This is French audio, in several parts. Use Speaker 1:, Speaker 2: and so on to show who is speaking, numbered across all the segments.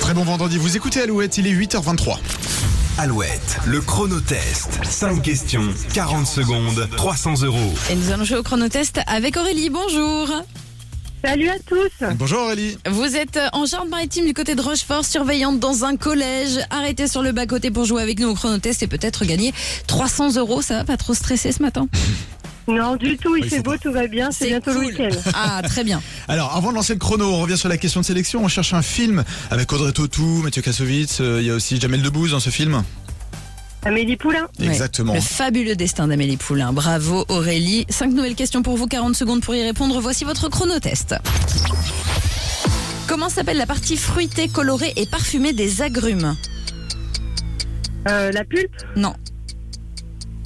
Speaker 1: très bon vendredi. Vous écoutez Alouette, il est 8h23.
Speaker 2: Alouette, le chronotest. 5 questions, 40 secondes, 300 euros.
Speaker 3: Et nous allons jouer au chronotest avec Aurélie. Bonjour.
Speaker 4: Salut à tous.
Speaker 1: Bonjour Aurélie.
Speaker 3: Vous êtes en Charente-Maritime du côté de Rochefort, surveillante dans un collège. Arrêtez sur le bas-côté pour jouer avec nous au chronotest et peut-être gagner 300 euros. Ça va pas trop stresser ce matin
Speaker 4: Non, du tout, il
Speaker 1: il
Speaker 4: fait
Speaker 1: faut
Speaker 4: beau, tout va bien, c'est bientôt
Speaker 3: cool.
Speaker 4: le week-end.
Speaker 3: Ah, très bien.
Speaker 1: Alors, avant de lancer le chrono, on revient sur la question de sélection. On cherche un film avec Audrey Tautou, Mathieu Kassovitz. euh, Il y a aussi Jamel Debbouze dans ce film.
Speaker 4: Amélie Poulain,
Speaker 3: Ouais.
Speaker 1: Exactement.
Speaker 3: Le fabuleux destin d'Amélie Poulain. Bravo Aurélie. Cinq nouvelles questions pour vous, 40 secondes pour y répondre. Voici votre chronotest. Comment s'appelle la partie fruitée, colorée et parfumée des agrumes
Speaker 4: euh, la pulpe,
Speaker 3: Non.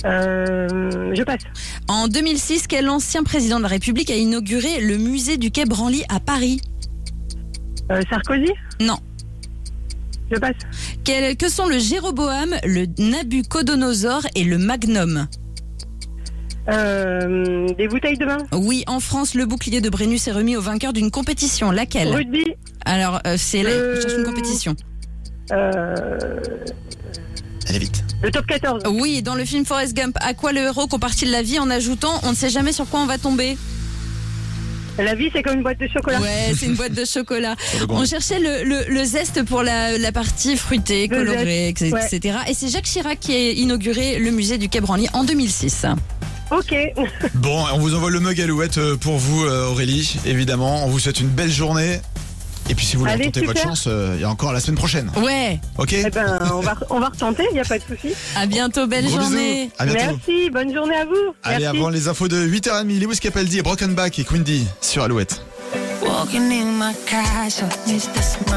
Speaker 4: euh, je passe.
Speaker 3: En 2006, quel ancien président de la République a inauguré le musée du Quai Branly à Paris
Speaker 4: Euh, Sarkozy
Speaker 3: Non.
Speaker 4: Je passe.
Speaker 3: Quel- que sont le Jéroboam, le Nabucodonosor et le Magnum
Speaker 4: Euh, des bouteilles de vin,
Speaker 3: Oui, en France, le bouclier de Brennus est remis au vainqueur d'une compétition. Laquelle
Speaker 4: rugby,
Speaker 3: Alors, euh, c'est là,
Speaker 4: Euh,
Speaker 3: je cherche une compétition.
Speaker 4: euh,
Speaker 1: Allez vite.
Speaker 4: le top 14,
Speaker 3: Oui, dans le film Forrest Gump, à quoi le héros compare-t-il la vie en ajoutant on ne sait jamais sur quoi on va tomber
Speaker 4: la vie c'est comme une boîte de chocolat.
Speaker 3: Oh. Ouais, c'est une boîte de chocolat.
Speaker 1: Sur le banc.
Speaker 3: On cherchait le, le- le zeste pour la, la partie fruitée,
Speaker 4: Le
Speaker 3: colorée, etc.
Speaker 4: ouais.
Speaker 3: Et c'est Jacques Chirac qui a inauguré le musée du Quai Branly en 2006.
Speaker 4: Ok,
Speaker 1: Bon, on vous envoie le mug Alouette euh, pour vous, euh, Aurélie, évidemment. On vous souhaite une belle journée. Et puis, si vous voulez
Speaker 4: Allez,
Speaker 1: tenter
Speaker 4: super.
Speaker 1: votre chance, euh, il y a encore la semaine prochaine.
Speaker 3: Ouais,
Speaker 1: Ok
Speaker 4: eh ben, on, va, on va retenter, il n'y a pas de souci.
Speaker 3: à bientôt, belle
Speaker 1: Gros
Speaker 3: journée.
Speaker 1: bisous. À bientôt.
Speaker 4: Merci, bonne journée à vous.
Speaker 1: Allez,
Speaker 4: Merci.
Speaker 1: avant les infos de 8h30, Lewis Capaldi et Broken Back et Quindy sur Alouette.
Speaker 5: Walking in my castle, Mr. Smile.